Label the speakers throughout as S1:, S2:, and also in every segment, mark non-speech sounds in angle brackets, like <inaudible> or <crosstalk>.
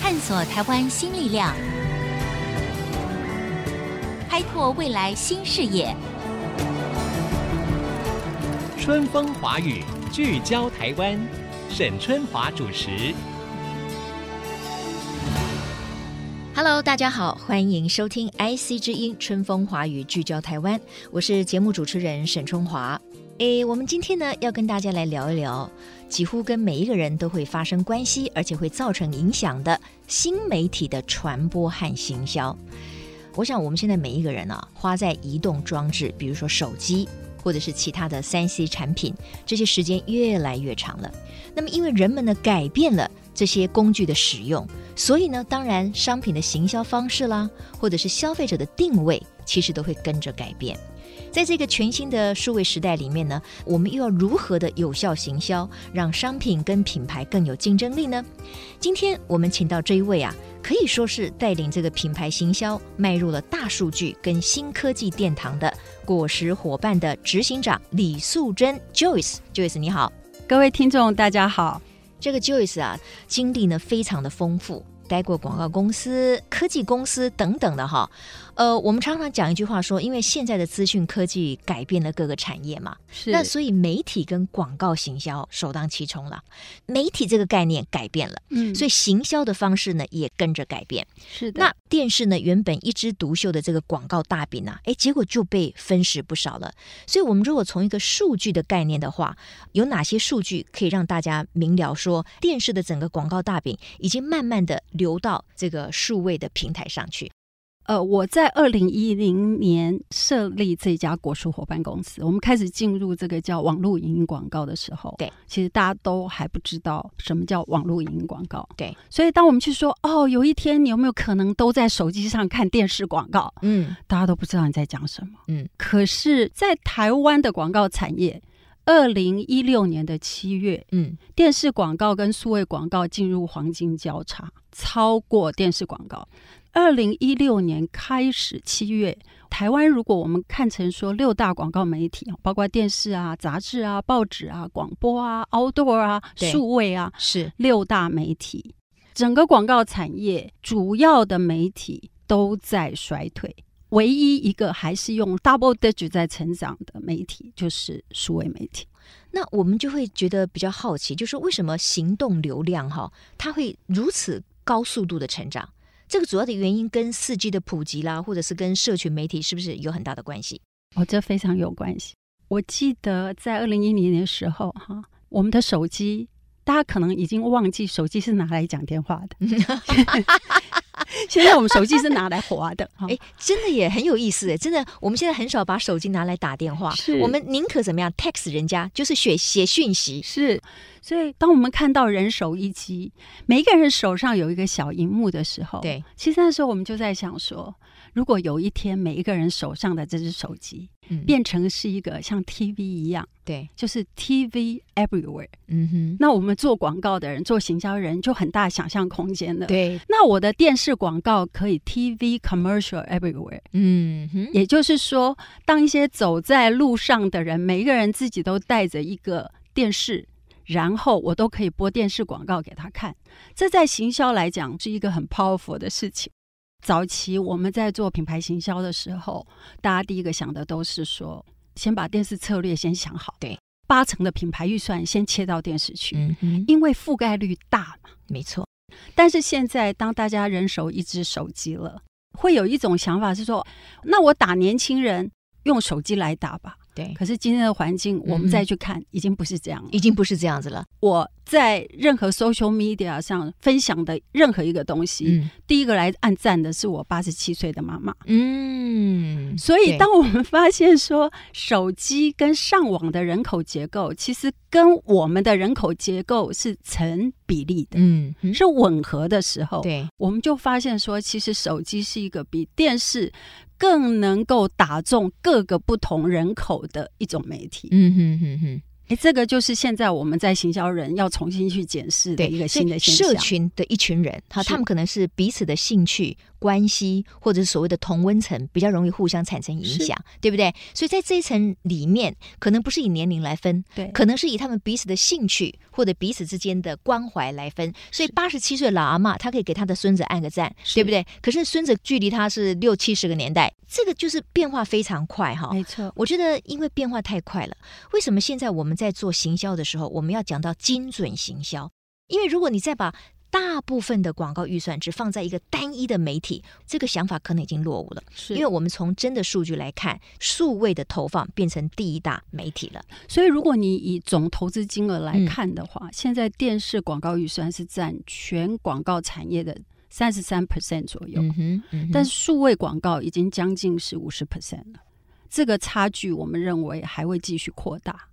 S1: 探索台湾新力量，开拓未来新视野。
S2: 春风华语聚焦台湾，沈春华主持。
S3: Hello，大家好，欢迎收听 IC 之音春风华语聚焦台湾，我是节目主持人沈春华。诶，我们今天呢要跟大家来聊一聊，几乎跟每一个人都会发生关系，而且会造成影响的新媒体的传播和行销。我想我们现在每一个人啊，花在移动装置，比如说手机或者是其他的三 C 产品，这些时间越来越长了。那么因为人们呢改变了这些工具的使用，所以呢，当然商品的行销方式啦，或者是消费者的定位，其实都会跟着改变。在这个全新的数位时代里面呢，我们又要如何的有效行销，让商品跟品牌更有竞争力呢？今天我们请到这一位啊，可以说是带领这个品牌行销迈入了大数据跟新科技殿堂的果实伙伴的执行长李素贞 Joyce。Joyce 你好，
S4: 各位听众，大家好。
S3: 这个 Joyce 啊，经历呢非常的丰富，待过广告公司、科技公司等等的哈。呃，我们常常讲一句话说，因为现在的资讯科技改变了各个产业嘛，
S4: 是
S3: 那所以媒体跟广告行销首当其冲了。媒体这个概念改变了，
S4: 嗯
S3: 所以行销的方式呢也跟着改变。
S4: 是的，
S3: 那电视呢，原本一枝独秀的这个广告大饼啊，诶，结果就被分食不少了。所以，我们如果从一个数据的概念的话，有哪些数据可以让大家明了说，电视的整个广告大饼已经慢慢的流到这个数位的平台上去？
S4: 呃，我在二零一零年设立这家果蔬伙伴公司，我们开始进入这个叫网络影音广告的时候，
S3: 对，
S4: 其实大家都还不知道什么叫网络影音广告，
S3: 对，
S4: 所以当我们去说哦，有一天你有没有可能都在手机上看电视广告，
S3: 嗯，
S4: 大家都不知道你在讲什么，
S3: 嗯，
S4: 可是，在台湾的广告产业，二零一六年的七月，
S3: 嗯，
S4: 电视广告跟数位广告进入黄金交叉，超过电视广告。二零一六年开始，七月，台湾如果我们看成说六大广告媒体，包括电视啊、杂志啊、报纸啊、广播啊、outdoor 啊、
S3: 对
S4: 数位啊，
S3: 是
S4: 六大媒体，整个广告产业主要的媒体都在衰退，唯一一个还是用 double digit 在成长的媒体就是数位媒体。
S3: 那我们就会觉得比较好奇，就是为什么行动流量哈、它会如此高速度的成长？这个主要的原因跟四 G 的普及啦，或者是跟社群媒体是不是有很大的关系？
S4: 哦，这非常有关系。我记得在二零一零年的时候，哈，我们的手机，大家可能已经忘记手机是拿来讲电话
S3: <laughs>
S4: 的。现在我们手机是拿来滑的，哈
S3: 哎，真的也很有意思哎，真的，我们现在很少把手机拿来打电话，
S4: 是
S3: 我们宁可怎么样 text 人家，就是写写讯息，
S4: 是，所以当我们看到人手一机，每一个人手上有一个小荧幕的时候，
S3: 对，
S4: 其实那时候我们就在想说，如果有一天每一个人手上的这只手机
S3: 嗯，
S4: 变成是一个像 TV 一样，
S3: 对，
S4: 就是 TV everywhere，
S3: 嗯哼，
S4: 那我们做广告的人、做行销人就很大想象空间了。
S3: 对，
S4: 那我的电视广告可以 TV commercial everywhere，
S3: 嗯哼，
S4: 也就是说，当一些走在路上的人，每一个人自己都带着一个电视，然后我都可以播电视广告给他看。这在行销来讲是一个很 powerful 的事情。早期我们在做品牌行销的时候，大家第一个想的都是说，先把电视策略先想好，
S3: 对，
S4: 八成的品牌预算先切到电视去，
S3: 嗯哼，
S4: 因为覆盖率大嘛。
S3: 没错，
S4: 但是现在，当大家人手一只手机了，会有一种想法是说，那我打年轻人用手机来打吧。
S3: 对，
S4: 可是今天的环境，我
S3: 嗯
S4: 们
S3: 嗯
S4: 再去看，已经不是这样了。
S3: 已经不是这样子了，
S4: 我在任何 social media 上分享的任何一个东西，
S3: 嗯
S4: 第一个来按赞的是我八十七岁的妈妈。
S3: 嗯，
S4: 所以，
S3: 对
S4: 当我们发现说，手机跟上网的人口结构，其实跟我们的人口结构是成比例的，
S3: 嗯哼，
S4: 是吻合的时候，
S3: 对，
S4: 我们就发现说，其实手机是一个比电视更能够打中各个不同人口的一种媒体。
S3: 嗯哼哼哼。
S4: 诶，这个就是现在我们在行销人要重新去检视的
S3: 对
S4: 一个
S3: 所以
S4: 新的现
S3: 社
S4: 象。
S3: 群的一群人，哈，
S4: 是
S3: 他们可能是彼此的兴趣关系或者是所谓的同温层比较容易互相产生影
S4: 是
S3: 响，对不对？所以在这一层里面，可能不是以年龄来分，
S4: 对
S3: 可能是以他们彼此的兴趣或者彼此之间的关怀来分。所以八十七岁老阿嬷，她可以给她的孙子按个赞，
S4: 是
S3: 对不对？可是孙子距离她是六七十个年代，这个就是变化非常快哈。
S4: 没错，
S3: 我觉得因为变化太快了，为什么现在我们在做行销的时候，我们要讲到精准行销？因为如果你再把大部分的广告预算只放在一个单一的媒体，这个想法可能已经落伍了。
S4: 是
S3: 因为我们从真的数据来看，数位的投放变成第一大媒体了。
S4: 所以，如果你以总投资金额来
S3: 嗯
S4: 看的话，现在电视广告预算是占全广告产业的三十三 percent 左右，
S3: 嗯哼，嗯哼
S4: 但是数位广告已经将近是五十 percent 了。这个差距，我们认为还会继续扩大。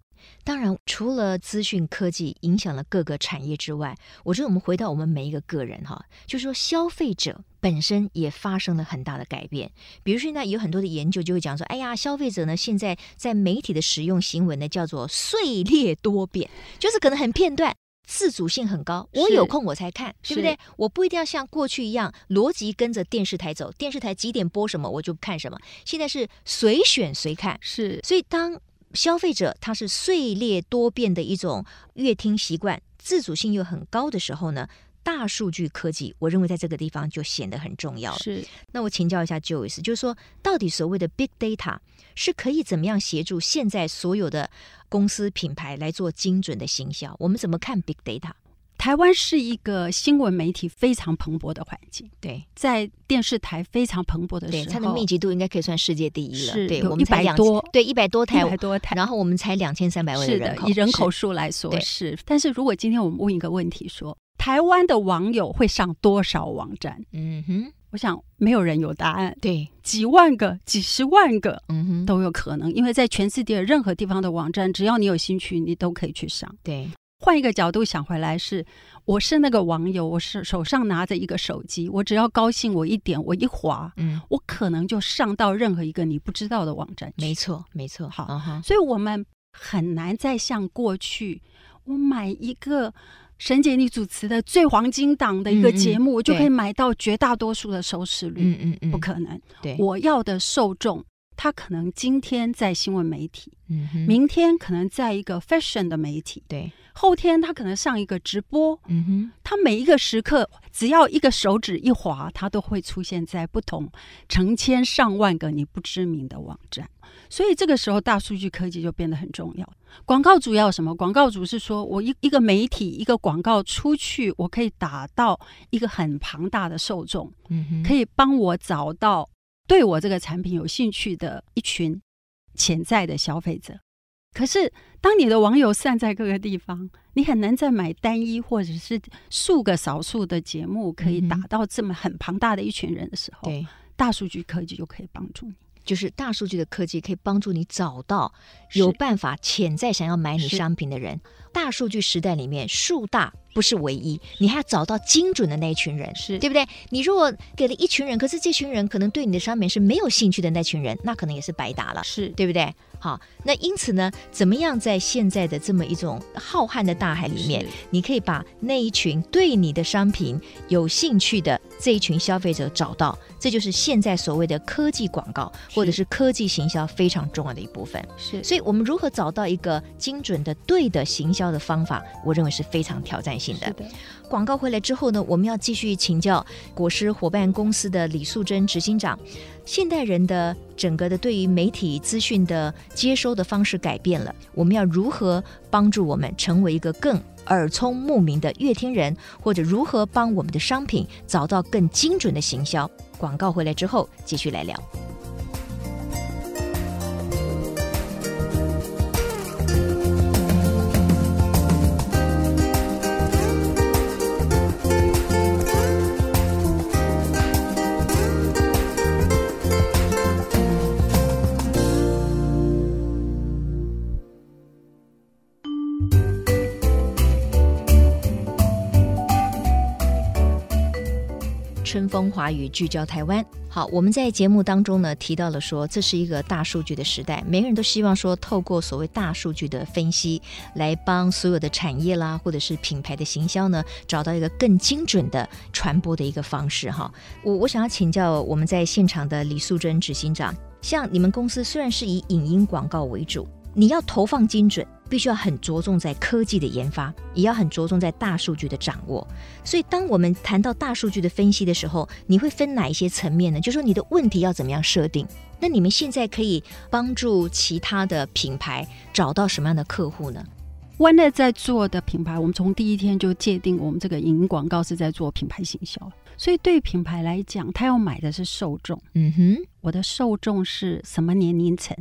S3: 当然，除了资讯科技影响了各个产业之外，我觉得我们回到我们每一个个人哈，就是说消费者本身也发生了很大的改变。比如说呢，有很多的研究就会讲说，哎呀，消费者呢现在在媒体的使用行为呢叫做碎裂多变，就是可能很片段。自主性很高，我
S4: 是
S3: 有空我才看，对不对
S4: 是？
S3: 我不一定要像过去一样逻辑跟着电视台走，电视台几点播什么我就看什么。现在是随选随看，
S4: 是
S3: 所以当消费者他是碎裂多变的一种乐听习惯，自主性又很高的时候呢，大数据科技，我认为在这个地方就显得很重要了。
S4: 是，
S3: 那我请教一下 Joyce，就是说，到底所谓的 Big Data 是可以怎么样协助现在所有的公司品牌来做精准的行销？我们怎么看 Big Data？
S4: 台湾是一个新闻媒体非常蓬勃的环境，
S3: 对
S4: 在电视台非常蓬勃的时
S3: 对，
S4: 候，
S3: 它的密集度应该可以算世界第一了。
S4: 是
S3: 对，
S4: 有
S3: 我们才
S4: 100
S3: 两
S4: 多
S3: 对一百多台，
S4: 一百多台，
S3: 然后我们才两千三百万
S4: 是
S3: 人口，
S4: 以人
S3: 是
S4: 口数来说
S3: 对
S4: 是。但是如果今天我们问一个问题说，台湾的网友会上多少网站？
S3: 嗯哼，
S4: 我想没有人有答案，
S3: 对，
S4: 几万个、几十万个
S3: 嗯哼，
S4: 都有可能，因为在全世界任何地方的网站，只要你有兴趣，你都可以去上。
S3: 对。
S4: 换一个角度想回来是，我是那个网友，我是手上拿着一个手机，我只要高兴我一点，我一滑，
S3: 嗯，
S4: 我可能就上到任何一个你不知道的网站去。
S3: 没错，没错。
S4: 好
S3: 嗯哼
S4: 所以我们很难再像过去，我买一个沈姐你主持的最黄金档的一个
S3: 嗯嗯
S4: 节目，我就
S3: 对
S4: 可以买到绝大多数的收视率，
S3: 嗯嗯嗯，
S4: 不，可能。
S3: 对，
S4: 我要的受众，他可能今天在新闻媒体，
S3: 嗯哼，
S4: 明天可能在一个 fashion 的媒体，
S3: 对，
S4: 后天他可能上一个直播。
S3: 嗯哼，
S4: 他每一个时刻，只要一个手指一滑，它都会出现在不同成千上万个你不知名的网站。所以这个时候，大数据科技就变得很重要。广告主要什么？广告主是说我一一个媒体一个广告出去，我可以打到一个很庞大的受众，
S3: 嗯哼，
S4: 可
S3: 以，
S4: 以帮我找到对我这个产品有兴趣的一群潜在的消费者。可是，当你的网友散在各个地方，你很难再买单一或者是数个少数的节目，可以
S3: 嗯哼
S4: 打到这么很庞大的一群人的时候，
S3: 对，
S4: 大数据科技就可以帮助你。
S3: 就是大数据的科技可以帮助你找到有
S4: 是
S3: 办法潜在想要买你
S4: 是
S3: 商品的人。大数据时代里面，数大不是唯一，你还要找到精准的那一群人，
S4: 是
S3: 对不对？你如果给了一群人，可是这群人可能对你的商品是没有兴趣的那群人，那可能也是白搭了。
S4: 是
S3: 对不对？好，那因此呢，怎么样在现在的这么一种浩瀚的大海里面
S4: 是，
S3: 你可以把那一群对你的商品有兴趣的这一群消费者找到，这就是现在所谓的科技广告或者是科技行销非常重要的一部分。
S4: 是
S3: 所以，我们如何找到一个精准的、对的行销的方法，我认为是非常挑战性的。
S4: 是的，
S3: 广告回来之后呢，我们要继续请教果实伙伴公司的李素贞执行长。现代人的整个的对于媒体资讯的接收的方式改变了，我们要如何帮助我们成为一个更耳聪目明的乐听人，或者如何帮我们的商品找到更精准的行销？广告回来之后继续来聊。春风华语聚焦台湾。好，我们在节目当中呢提到了说，这是一个大数据的时代，每个人都希望说透过所谓大数据的分析，来帮所有的产业啦，或者是品牌的行销呢，找到一个更精准的传播的一个方式哈。我我想要请教我们在现场的李素贞执行长，像你们公司虽然是以影音广告为主，你要投放精准，必须要很着重在科技的研发，也要很着重在大数据的掌握。所以，当我们谈到大数据的分析的时候，你会分哪一些层面呢？就说你的问题要怎么样设定？那你们现在可以帮助其他的品牌找到什么样的客户呢？
S4: OneNet 在做的品牌，我们从第一天就界定，我们这个影音广告是在做品牌行销，所以对品牌来讲，他要买的是受众。
S3: 嗯哼，
S4: 我的受众是什么年龄层？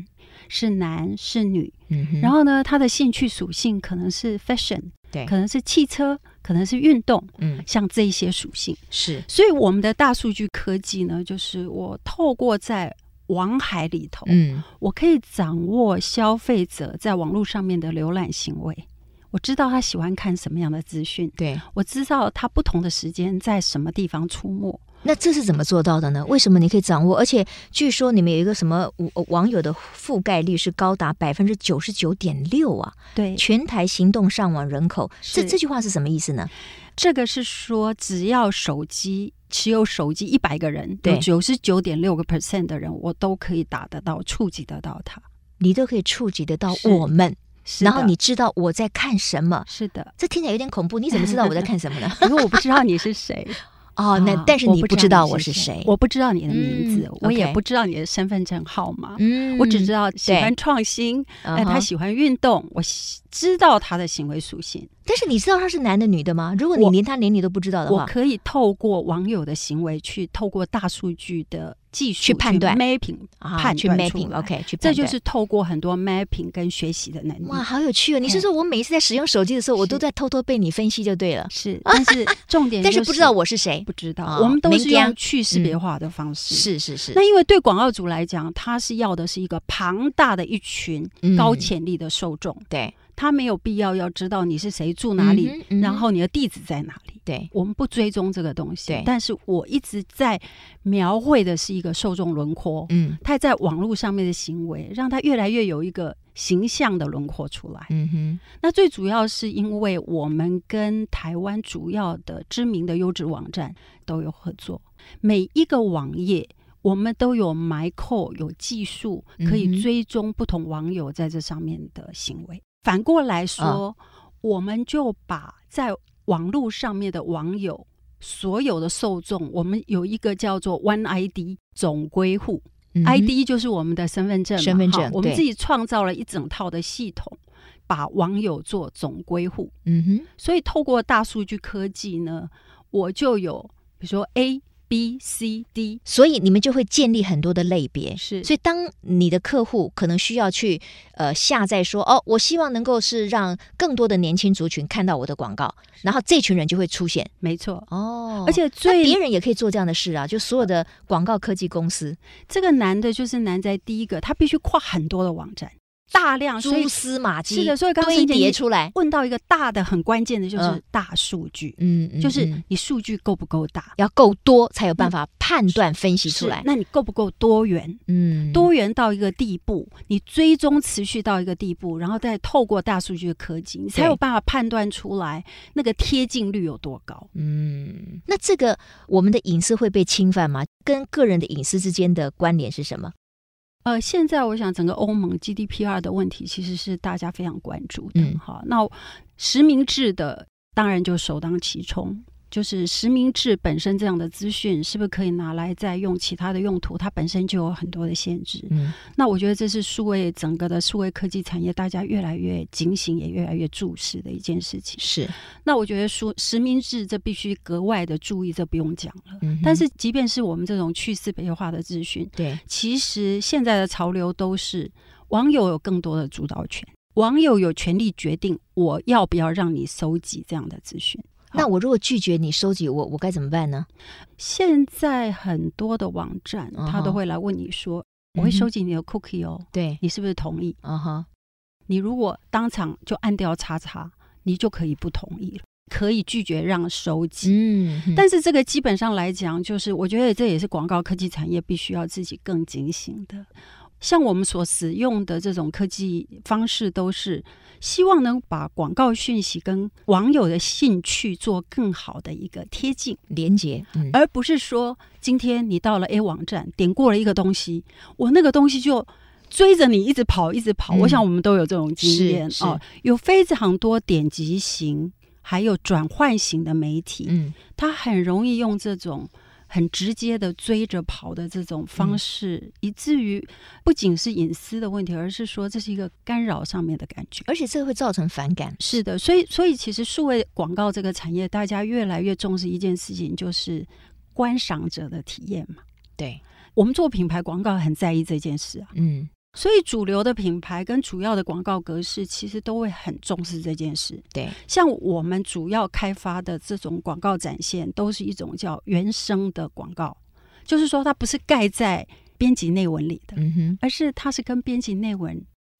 S4: 是男是女？
S3: 嗯哼，
S4: 然
S3: 后
S4: 后呢，他的兴趣属性可能是 fashion，
S3: 对
S4: 可能是汽车，可能是运动，
S3: 嗯
S4: 像这一些属性。
S3: 是
S4: 所以我们的大数据科技呢，就是我透过在网海里头，
S3: 嗯
S4: 我可以掌握消费者在网络上面的浏览行为，我知道他喜欢看什么样的资讯，
S3: 对。
S4: 我知道他不同的时间在什么地方出没。
S3: 那这是怎么做到的呢？为什么你可以掌握？而且据说你们有一个什么网网友的覆盖率是高达百分之九十九点六啊！
S4: 对，
S3: 全台行动上网人口，这
S4: 是
S3: 这句话是什么意思呢？
S4: 这个是说只要手机。持有手机一百个人，
S3: 对
S4: 九十九点六个 percent 的人，我都可以打得到、触及得到他。
S3: 你都可以触及得到
S4: 是
S3: 我们，
S4: 是的
S3: 然后你知道我在看什么。
S4: 是的，
S3: 这听起来有点恐怖，你怎么知道我在看什么
S4: <laughs>
S3: 呢？
S4: 因为我不知道你是谁，
S3: <laughs> 哦，那
S4: 啊
S3: 但是
S4: 我
S3: 你
S4: 不
S3: 不知道我
S4: 你
S3: 是
S4: 谁
S3: 谁，，
S4: 我不知道你的名字
S3: 嗯，
S4: 我也
S3: OK
S4: 不知道你的身份证号码，
S3: 嗯
S4: 我只知道喜
S3: 对嗯
S4: 欢创新，
S3: 道
S4: 哎，他喜欢运动，我喜知道他的行为属性，
S3: 但是你知道他是男的女的吗？如果你
S4: 我
S3: 连他连你都不知道的
S4: 我
S3: 话，
S4: 可以透过网友的行为去透过大数据的技术
S3: 去判断
S4: mapping
S3: 啊，
S4: 判
S3: 去
S4: 断出
S3: mapping
S4: 来
S3: OK，去
S4: 这
S3: 判
S4: 就
S3: 断
S4: 是嗯透过很多 mapping 跟学习的能力。
S3: 哇，好有趣哦！你是
S4: 嘿
S3: 说我每一次在使用手机的时候，我
S4: 是
S3: 都在偷偷被你分析就对了，
S4: 是，但是重点、就
S3: 但是不知道我是谁。
S4: 不知道，
S3: 哦
S4: 我们都
S3: 明
S4: 是
S3: 天
S4: 用去识别
S3: 嗯
S4: 化的方式。
S3: 是是是，
S4: 那因为对广告主来讲，他是要的是一个庞大的一群
S3: 嗯
S4: 高潜力的受众，
S3: 对
S4: 他没有必要要知道你是谁住哪里，
S3: 嗯哼嗯哼
S4: 然后你的地址在哪里。
S3: 对，
S4: 我们不追踪这个东西
S3: 对，
S4: 但是我一直在描绘的是一个受众轮廓，
S3: 嗯
S4: 他在网络上面的行为，让他越来越有一个形象的轮廓出来。
S3: 嗯哼，
S4: 那最主要是因为我们跟台湾主要的知名的优质网站都有合作，每一个网页我们都有埋扣，有技术可
S3: 嗯
S4: 以
S3: 哼
S4: 追踪不同网友在这上面的行为。反过来
S3: 啊
S4: 说，我们就把在网络上面的网友。所有的受众，我们有一个叫做 One ID 总归户、
S3: 嗯哼
S4: i d 就是我们的身份证嘛，
S3: 身份
S4: 哈
S3: 证
S4: 我们
S3: 对
S4: 自己创造了一整套的系统，把网友做总归户。
S3: 嗯哼，
S4: 所以透过大数据科技呢，我就有比如说 A、B、C、D
S3: 所以你们就会建立很多的类别。
S4: 是
S3: 所以，当你的客户可能需要去呃下载说哦，我希望能够是让更多的年轻族群看到我的广告，然后这群人就会出现
S4: 没错。
S3: 哦。
S4: 而且
S3: 那
S4: 最
S3: 别人也可以做这样的事啊，就所有的广告科技公司
S4: 这个难的就是难在第一个，它必须跨很多的网站，大量啊所以
S3: 蛛丝马迹
S4: 是的，所以刚刚
S3: 堆
S4: 陈姐
S3: 叠
S4: 你
S3: 出来，
S4: 问到一个大的很关键的就是
S3: 嗯
S4: 大数据，
S3: 嗯，嗯
S4: 就是
S3: 嗯
S4: 你数据够不够大，
S3: 要够多才有办法判断分析出来
S4: 是。那你够不够多元？
S3: 嗯，
S4: 多元到一个地步，你追踪持续到一个地步，然后再透过大数据的科技，你才
S3: 对
S4: 有办法判断出来那个贴近率有多高。
S3: 嗯，那这个我们的隐私会被侵犯吗？跟个人的隐私之间的关联是什么？
S4: 呃，现在我想整个欧盟 GDPR 的问题其实是大家非常关注的
S3: 嗯。
S4: 好、那实名制的当然就首当其冲。就是实名制本身这样的资讯，是不是可以拿来再用其他的用途？它本身就有很多的限制。
S3: 嗯
S4: 那我觉得这是数位整个的数位科技产业，大家越来越警醒，也越来越注视的一件事情。
S3: 是，
S4: 那我觉得说实名制这必须格外的注意，这不用讲了。
S3: 嗯哼
S4: 但是即便是我们这种去识别化的资讯，
S3: 对，
S4: 其实现在的潮流都是网友有更多的主导权，网友有权利决定我要不要让你收集这样的资讯。
S3: 那我如果拒绝你收集我，我该怎么办呢？
S4: 现在很多的网站，
S3: 嗯哼嗯
S4: 他都会来问你说：“我会收集你的 cookie 哦，
S3: 对，
S4: 你是不是同意
S3: 啊哈，？”
S4: 你如果当场就按掉叉叉，你就可以不同意了。可以拒绝让收集。
S3: 嗯，哼
S4: 但是这个基本上来讲，就是我觉得这也是广告科技产业必须要自己更警醒的。像我们所使用的这种科技方式，都是希望能把广告讯息跟网友的兴趣做更好的一个贴近。
S3: 连接，嗯，
S4: 而不是说今天你到了 A 网站点过了一个东西，我那个东西就追着你一直跑，一直跑。
S3: 嗯
S4: 我想我们都有这种经验
S3: 是
S4: 哦，有非常多点击型还有转换型的媒体，
S3: 嗯，
S4: 它很容易用这种。很直接的追着跑的这种
S3: 嗯
S4: 方式，以至于不仅是隐私的问题，而是说这是一个干扰上面的感觉。
S3: 而且这个会造成反感，
S4: 是的，所以所以其实数位广告这个产业，大家越来越重视一件事情，就是观赏者的体验嘛。
S3: 对，
S4: 我们做品牌广告很在意这件事啊，
S3: 嗯，
S4: 所以主流的品牌跟主要的广告格式其实都会很重视这件事。
S3: 对，
S4: 像我们主要开发的这种广告展现，都是一种叫原生的广告，就是说它不是盖在编辑内文里的，
S3: 嗯哼，
S4: 而是它是跟编辑内文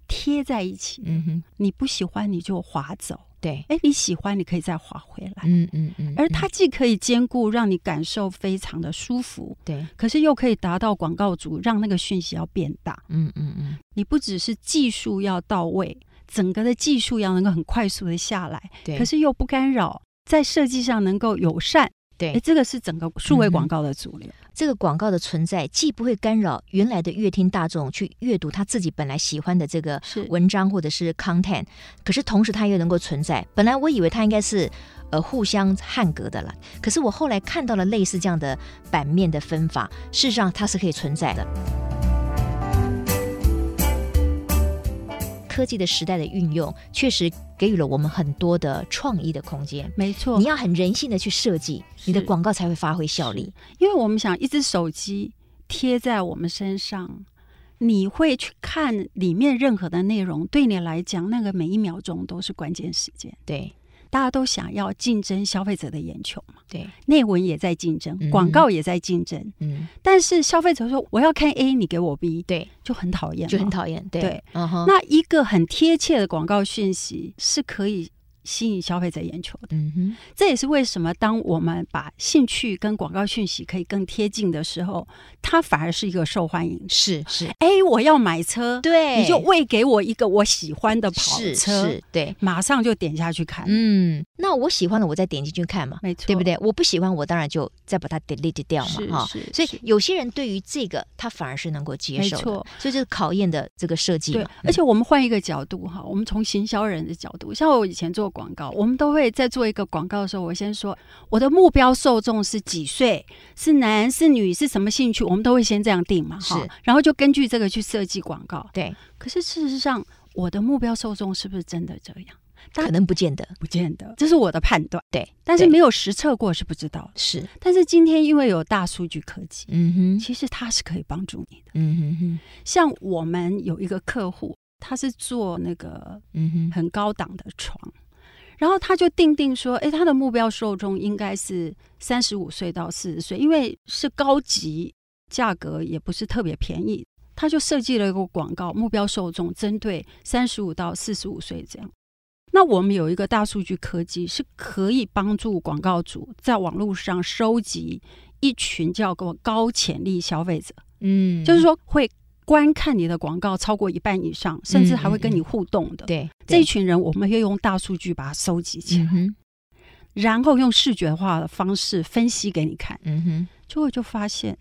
S4: 贴在一起。
S3: 嗯哼，
S4: 你不喜欢你就划走。
S3: 对，
S4: 哎，你喜欢你可以再划回来。
S3: 嗯嗯嗯，
S4: 而
S3: 嗯
S4: 它既可以兼顾让你感受非常的舒服，
S3: 对，
S4: 可是又可以达到广告主让那个讯息要变大。
S3: 嗯嗯嗯，
S4: 你不只是技术要到位，整个的技术要能够很快速的下来，
S3: 对，
S4: 可是又不干扰，在设计上能够友善。
S3: 对
S4: 哎，这个是整个数
S3: 嗯
S4: 位
S3: 哼
S4: 广告的主流。
S3: 这个广告的存在，既不会干扰原来的乐听大众去阅读他自己本来喜欢的这个
S4: 是
S3: 文章或者是 content，可是同时它又能够存在。本来我以为它应该是呃互相汉格的了，可是我后来看到了类似这样的版面的分法，事实上它是可以存在的。科技的时代的运用，确实给予了我们很多的创意的空间。
S4: 没错
S3: 你，要很人性的去设计，你的
S4: 是
S3: 广告才会发挥效力。
S4: 因为我们想一只手机贴在我们身上，你会去看里面任何的内容，对你来讲，那个每一秒钟都是关键时间。
S3: 对
S4: 大家都想要竞争消费者的眼球嘛，
S3: 对，
S4: 内文也在竞争
S3: 嗯，
S4: 广告也在竞争，
S3: 嗯，
S4: 但是消费者说我要看 A，你给我 B，
S3: 对，
S4: 就很讨厌，
S3: 就很。讨厌。对
S4: 对，
S3: 嗯哼，
S4: 那一个很贴切的广告讯息是可以吸引消费者眼球的。
S3: 嗯哼，
S4: 这也是为什么当我们把兴趣跟广告讯息可以更贴近的时候，它反而是一个受欢迎的。
S3: 是是，
S4: 哎，我要买车，
S3: 对，
S4: 你就喂给我一个我喜欢的跑
S3: 是
S4: 车，
S3: 是，对，
S4: 马上就点下去看，
S3: 嗯，那我喜欢了，我再点进去看嘛，
S4: 没错，
S3: 对不？对？我不喜欢，我当然就再把它 delete 掉
S4: 是
S3: 嘛，哈。
S4: 是，
S3: 所以
S4: 是
S3: 有些人对于这个，他反而是能够接
S4: 没
S3: 受的，
S4: 错
S3: 所以这是考验的这个设计
S4: 对
S3: 嘛。，嗯
S4: 而且我们换一个角度哈，我们从行销人的角度，像我以前做广告，我们都会在做一个广告的时候，我先说我的目标受众是几岁，是男是女，是什么兴趣，我们都会先这样定嘛哈
S3: 是，
S4: 然后就根据这个去设计广告。
S3: 对，
S4: 可是事实上，我的目标受众是不是真的这样？大
S3: 可能不见得
S4: 不见得，这是我的判断。
S3: 对，
S4: 但是
S3: 对
S4: 没有实测过是不知道的。
S3: 是，
S4: 但是今天因为有大数据科技，
S3: 嗯哼，
S4: 其实它是可以帮助你的。
S3: 嗯哼哼，
S4: 像我们有一个客户，他是做那个
S3: 嗯哼，
S4: 很高档的床，然后他就定定说，诶，他的目标受众应该是三十五岁到四十岁，因为是高级，价格也不是特别便宜，他就设计了一个广告，目标受众针对三十五到四十五岁这样。那我们有一个大数据科技，是可以帮助广告主在网络上收集一群叫做高潜力消费者，
S3: 嗯，
S4: 就是说会观看你的广告超过一半以上，甚至还会
S3: 嗯
S4: 跟
S3: 嗯
S4: 你互动的。
S3: 对
S4: 这
S3: 对
S4: 一群人，我们要用大数据把它收集起来，
S3: 嗯哼，
S4: 然后用视觉化的方式分析给你看，
S3: 嗯哼，
S4: 结果就发现，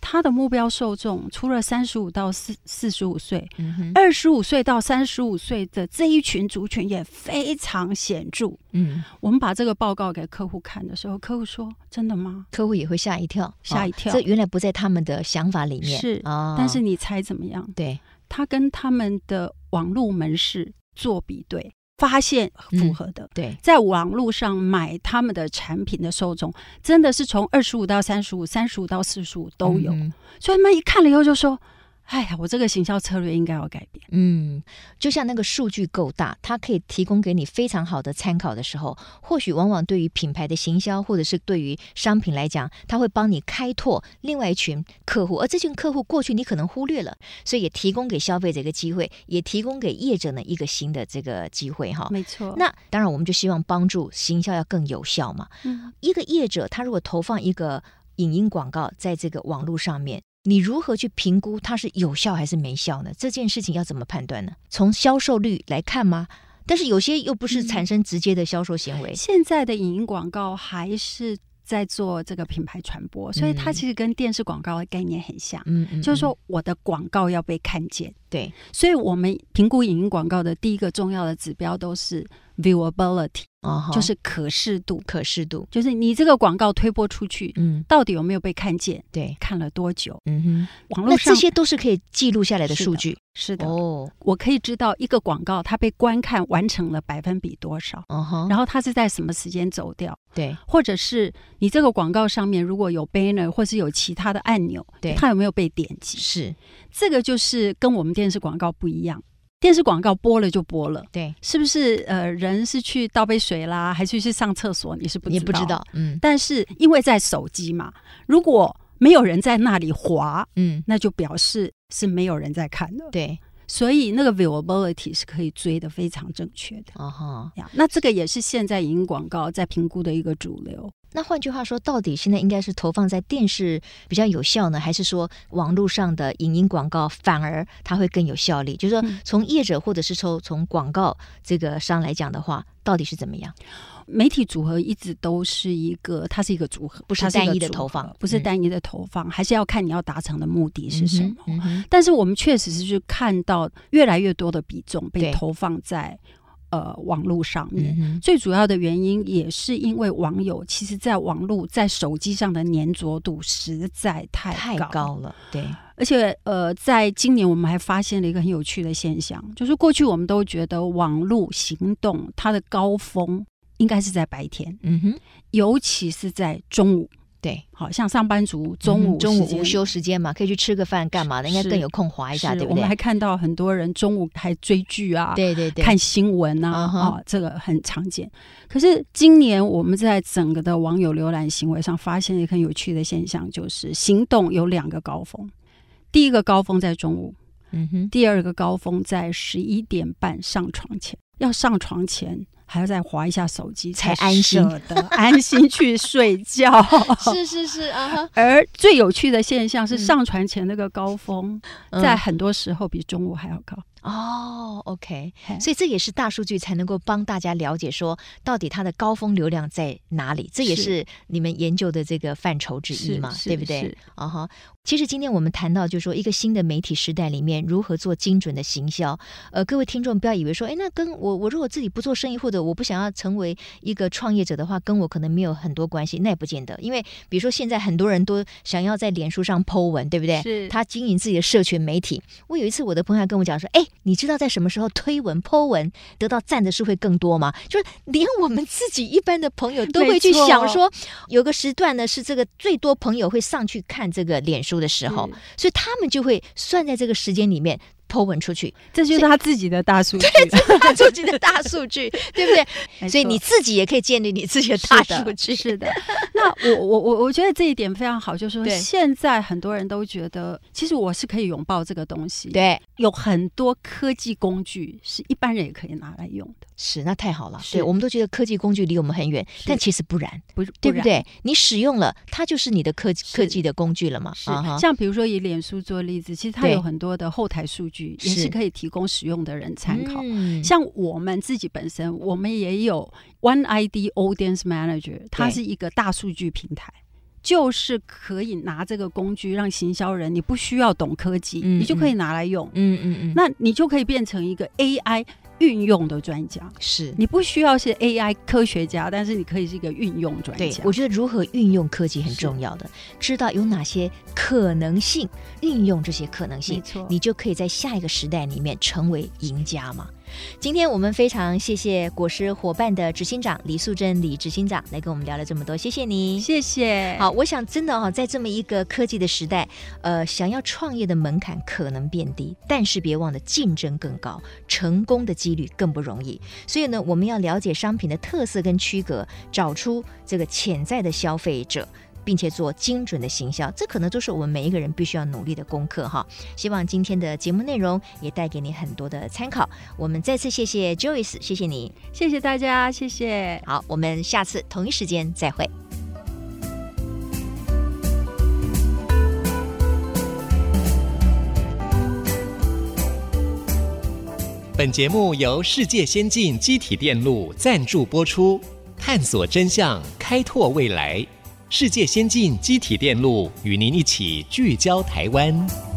S4: 他的目标受众除了三十五到四四十五岁，
S3: 嗯哼，
S4: 二十五岁到三十五岁的这一群族群也非常显著。
S3: 嗯，
S4: 我们把这个报告给客户看的时候，客户说：“真的吗
S3: 客户也会吓一跳，
S4: 吓
S3: 哦
S4: 一跳
S3: 这原来不在他们的想法里面，
S4: 是
S3: 啊，？”
S4: 但是你猜怎么样？
S3: 对，
S4: 他跟他们的网络门市做比对，发现
S3: 嗯
S4: 符合的。
S3: 对，
S4: 在网络上买他们的产品的受众，真的是从二十五到三十五、三十五到四十五都有。
S3: 嗯哼
S4: 所以他们一看了以后就说：“哎呀，我这个行销策略应该要改变。
S3: 嗯，就像那个数据够大，它可以提供给你非常好的参考的时候，或许往往对于品牌的行销或者是对于商品来讲，它会帮你开拓另外一群客户，而这群客户过去你可能忽略了，所以也提供给消费者一个机会，也提供给业者呢一个新的这个机会哈。
S4: 没错那
S3: 那当然，我们就希望帮助行销要更有效嘛。
S4: 嗯
S3: 一个业者他如果投放一个影音广告在这个网络上面，你如何去评估它是有效还是没效呢？这件事情要怎么判断呢？从销售率来看吗？但是有些又不是产生直接的销售行为，
S4: 现在的影音广告还是在做这个品牌传播，所以它
S3: 嗯
S4: 其实跟电视广告的概念很像，
S3: 嗯，嗯
S4: 就是说我的广告要被看见。
S3: 嗯对，
S4: 所以我们评估影音广告的第一个重要的指标都是 viewability，、
S3: 哦，
S4: 就是可视度，
S3: 可视度，
S4: 就是你这个广告推播出去，
S3: 嗯，
S4: 到底有没有被看见，
S3: 对，
S4: 看了多久？
S3: 嗯哼，
S4: 网
S3: 那
S4: 络
S3: 这
S4: 上
S3: 些都是可以记录下来的
S4: 是的
S3: 数据
S4: 是的，
S3: 哦，
S4: 我可以知道一个广告它被观看完成了百分比多少，
S3: 哦哈，
S4: 然后它是在什么时间走掉，
S3: 对，
S4: 或者是你这个广告上面如果有 banner 或是有其他的按钮，
S3: 对
S4: 它有没有被点击？
S3: 是，
S4: 这个就是跟我们电视广告不一样，电视广告播了就播了。
S3: 对，
S4: 是不是呃，人是去倒杯水啦，还是去上厕所？你是不
S3: 你不知道，嗯
S4: 但是因为在手机嘛，如果没有人在那里滑，
S3: 嗯，
S4: 那就表示是没有人在看的。
S3: 对，
S4: 所以那个 viewability 是可以追的非常正确的。
S3: 哦哈，
S4: 呀那这个也是现在影音广告在评估的一个主流。
S3: 那换句话说，到底现在应该是投放在电视比较有效呢，还是说网络上的影音广告反而它会更有效力？就是说
S4: 嗯，
S3: 从业者或者是从从广告这个商来讲的话，到底是怎么样？
S4: 媒体组合一直都是一个，它是一个组合，
S3: 不是
S4: 它一个
S3: 单一的
S4: 组合
S3: 投放
S4: 不是
S3: 嗯
S4: 单一的投放，还是要看你要达成的目的是
S3: 嗯
S4: 什
S3: 哼
S4: 么。
S3: 嗯哼
S4: 但是我们确实是去看到越来越多的比重
S3: 对
S4: 被投放在呃网络上面。
S3: 嗯哼，
S4: 最主要的原因也是因为网友其实，在网络在手机上的粘着度实在太
S3: 太
S4: 高，
S3: 高了，对，
S4: 而且呃，在今年我们还发现了一个很有趣的现象，就是过去我们都觉得网络行动它的高峰应该是在白天，
S3: 嗯哼，
S4: 尤其是在中午，
S3: 对，
S4: 好像上班族中午、
S3: 嗯中午午休。时间嘛，可以去吃个饭干嘛的，应该
S4: 是
S3: 更有空划一下，
S4: 是
S3: 对不
S4: 我们还
S3: 对？
S4: 看到很多人中午还追剧啊，
S3: 对对对，
S4: 看新闻啊，
S3: 嗯哼
S4: 啊、这个很常见。可是今年我们在整个的网友浏览行为上发现一个很有趣的现象，就是行动有两个高峰，第一个高峰在中午，
S3: 嗯哼，
S4: 第二个高峰在十一点半上床前。要上床前还要再划一下手机，
S3: 才
S4: 才
S3: 安心
S4: 舍得安心去睡
S3: <laughs>
S4: 觉。
S3: 是是是啊哈，
S4: 而最有趣的现象是，
S3: 嗯
S4: 上床前那个高峰，
S3: 嗯
S4: 在很多时候比中午还要高。
S3: 哦，OK，
S4: 嘿
S3: 所以这也是大数据才能够帮大家了解说到底它的高峰流量在哪里，这也
S4: 是
S3: 是你们研究的这个范畴之一
S4: 是
S3: 嘛，
S4: 是
S3: 对不对
S4: 是？
S3: 啊哈，其实今天我们谈到，就是说一个新的媒体时代里面如何做精准的行销。呃，各位听众不要以为说，哎，那跟我我如果自己不做生意，或者我不想要成为一个创业者的话，跟我可能没有很多关系，那也不见得。因为比如说现在很多人都想要在脸书上 Po 文，对不对？
S4: 是
S3: 他经营自己的社群媒体。我有一次我的朋友还跟我讲说，哎，你知道在什么时候推文 Po 文得到赞的数会更多吗？就是连我们自己一般的朋友都会去
S4: 没错
S3: 想说，有个时段呢是这个最多朋友会上去看这个脸书的时候，
S4: 嗯
S3: 所以他们就会算在这个时间里面。Po 文出去，
S4: 这就是他自己的大数据。 <laughs>
S3: 大数据的大数据，对不对？
S4: 没错
S3: 所以你自己也可以建立你自己的大数据。
S4: 是的。那我我我我觉得这一点非常好，就是说
S3: 对
S4: 现在很多人都觉得，其实我是可以拥抱这个东西。，
S3: 对，
S4: 有很多科技工具是一般人也可以拿来用的，
S3: 是那太好了。
S4: 是
S3: 对，我们都觉得科技工具离我们很远，但其实不然，
S4: 不是
S3: 对不？
S4: 然
S3: 对？你使用了，它就是你的科技
S4: 是
S3: 科技的工具了嘛？
S4: 是
S3: 啊哈，
S4: 像比如说以脸书做例子，其实它
S3: 对
S4: 有很多的后台数据，也
S3: 是
S4: 是可以提供使用的人参考。
S3: 嗯
S4: 像我们自己本身，我们也有 One ID Audience Manager，它
S3: 对
S4: 是一个大数据平台，就是可以拿这个工具让行销人，你不需要懂科技，
S3: 嗯
S4: 你就可以拿来用，
S3: 嗯嗯嗯，
S4: 那你就可以变成一个 AI 运用的专家。
S3: 是
S4: 你不需要是 AI 科学家，但是你可以是一个运用专
S3: 对
S4: 家，。
S3: 我觉得如何运用科技很
S4: 是
S3: 重要的，知道有哪些可能性，运用这些可能
S4: 没
S3: 性，
S4: 错，
S3: 你就可以在下一个时代里面成为赢家嘛。今天我们非常谢谢果实伙伴的执行长李素贞李执行长来跟我们聊了这么多，谢谢你。
S4: 谢谢。
S3: 好，我想真的哈、在这么一个科技的时代，呃，想要创业的门槛可能变低，但是别忘了竞争更高，成功的几率更不容易。所以呢，我们要了解商品的特色跟区隔，找出这个潜在的消费者。并且做精准的行销，这可能都是我们每一个人必须要努力的功课哈。希望今天的节目内容也带给你很多的参考。我们再次谢谢 Joyce，谢谢你。
S4: 谢谢大家，谢谢。
S3: 好，我们下次同一时间再会。
S2: 本节目由世界先进机体电路赞助播出，探索真相，开拓未来。世界先进机体电路与您一起聚焦台湾。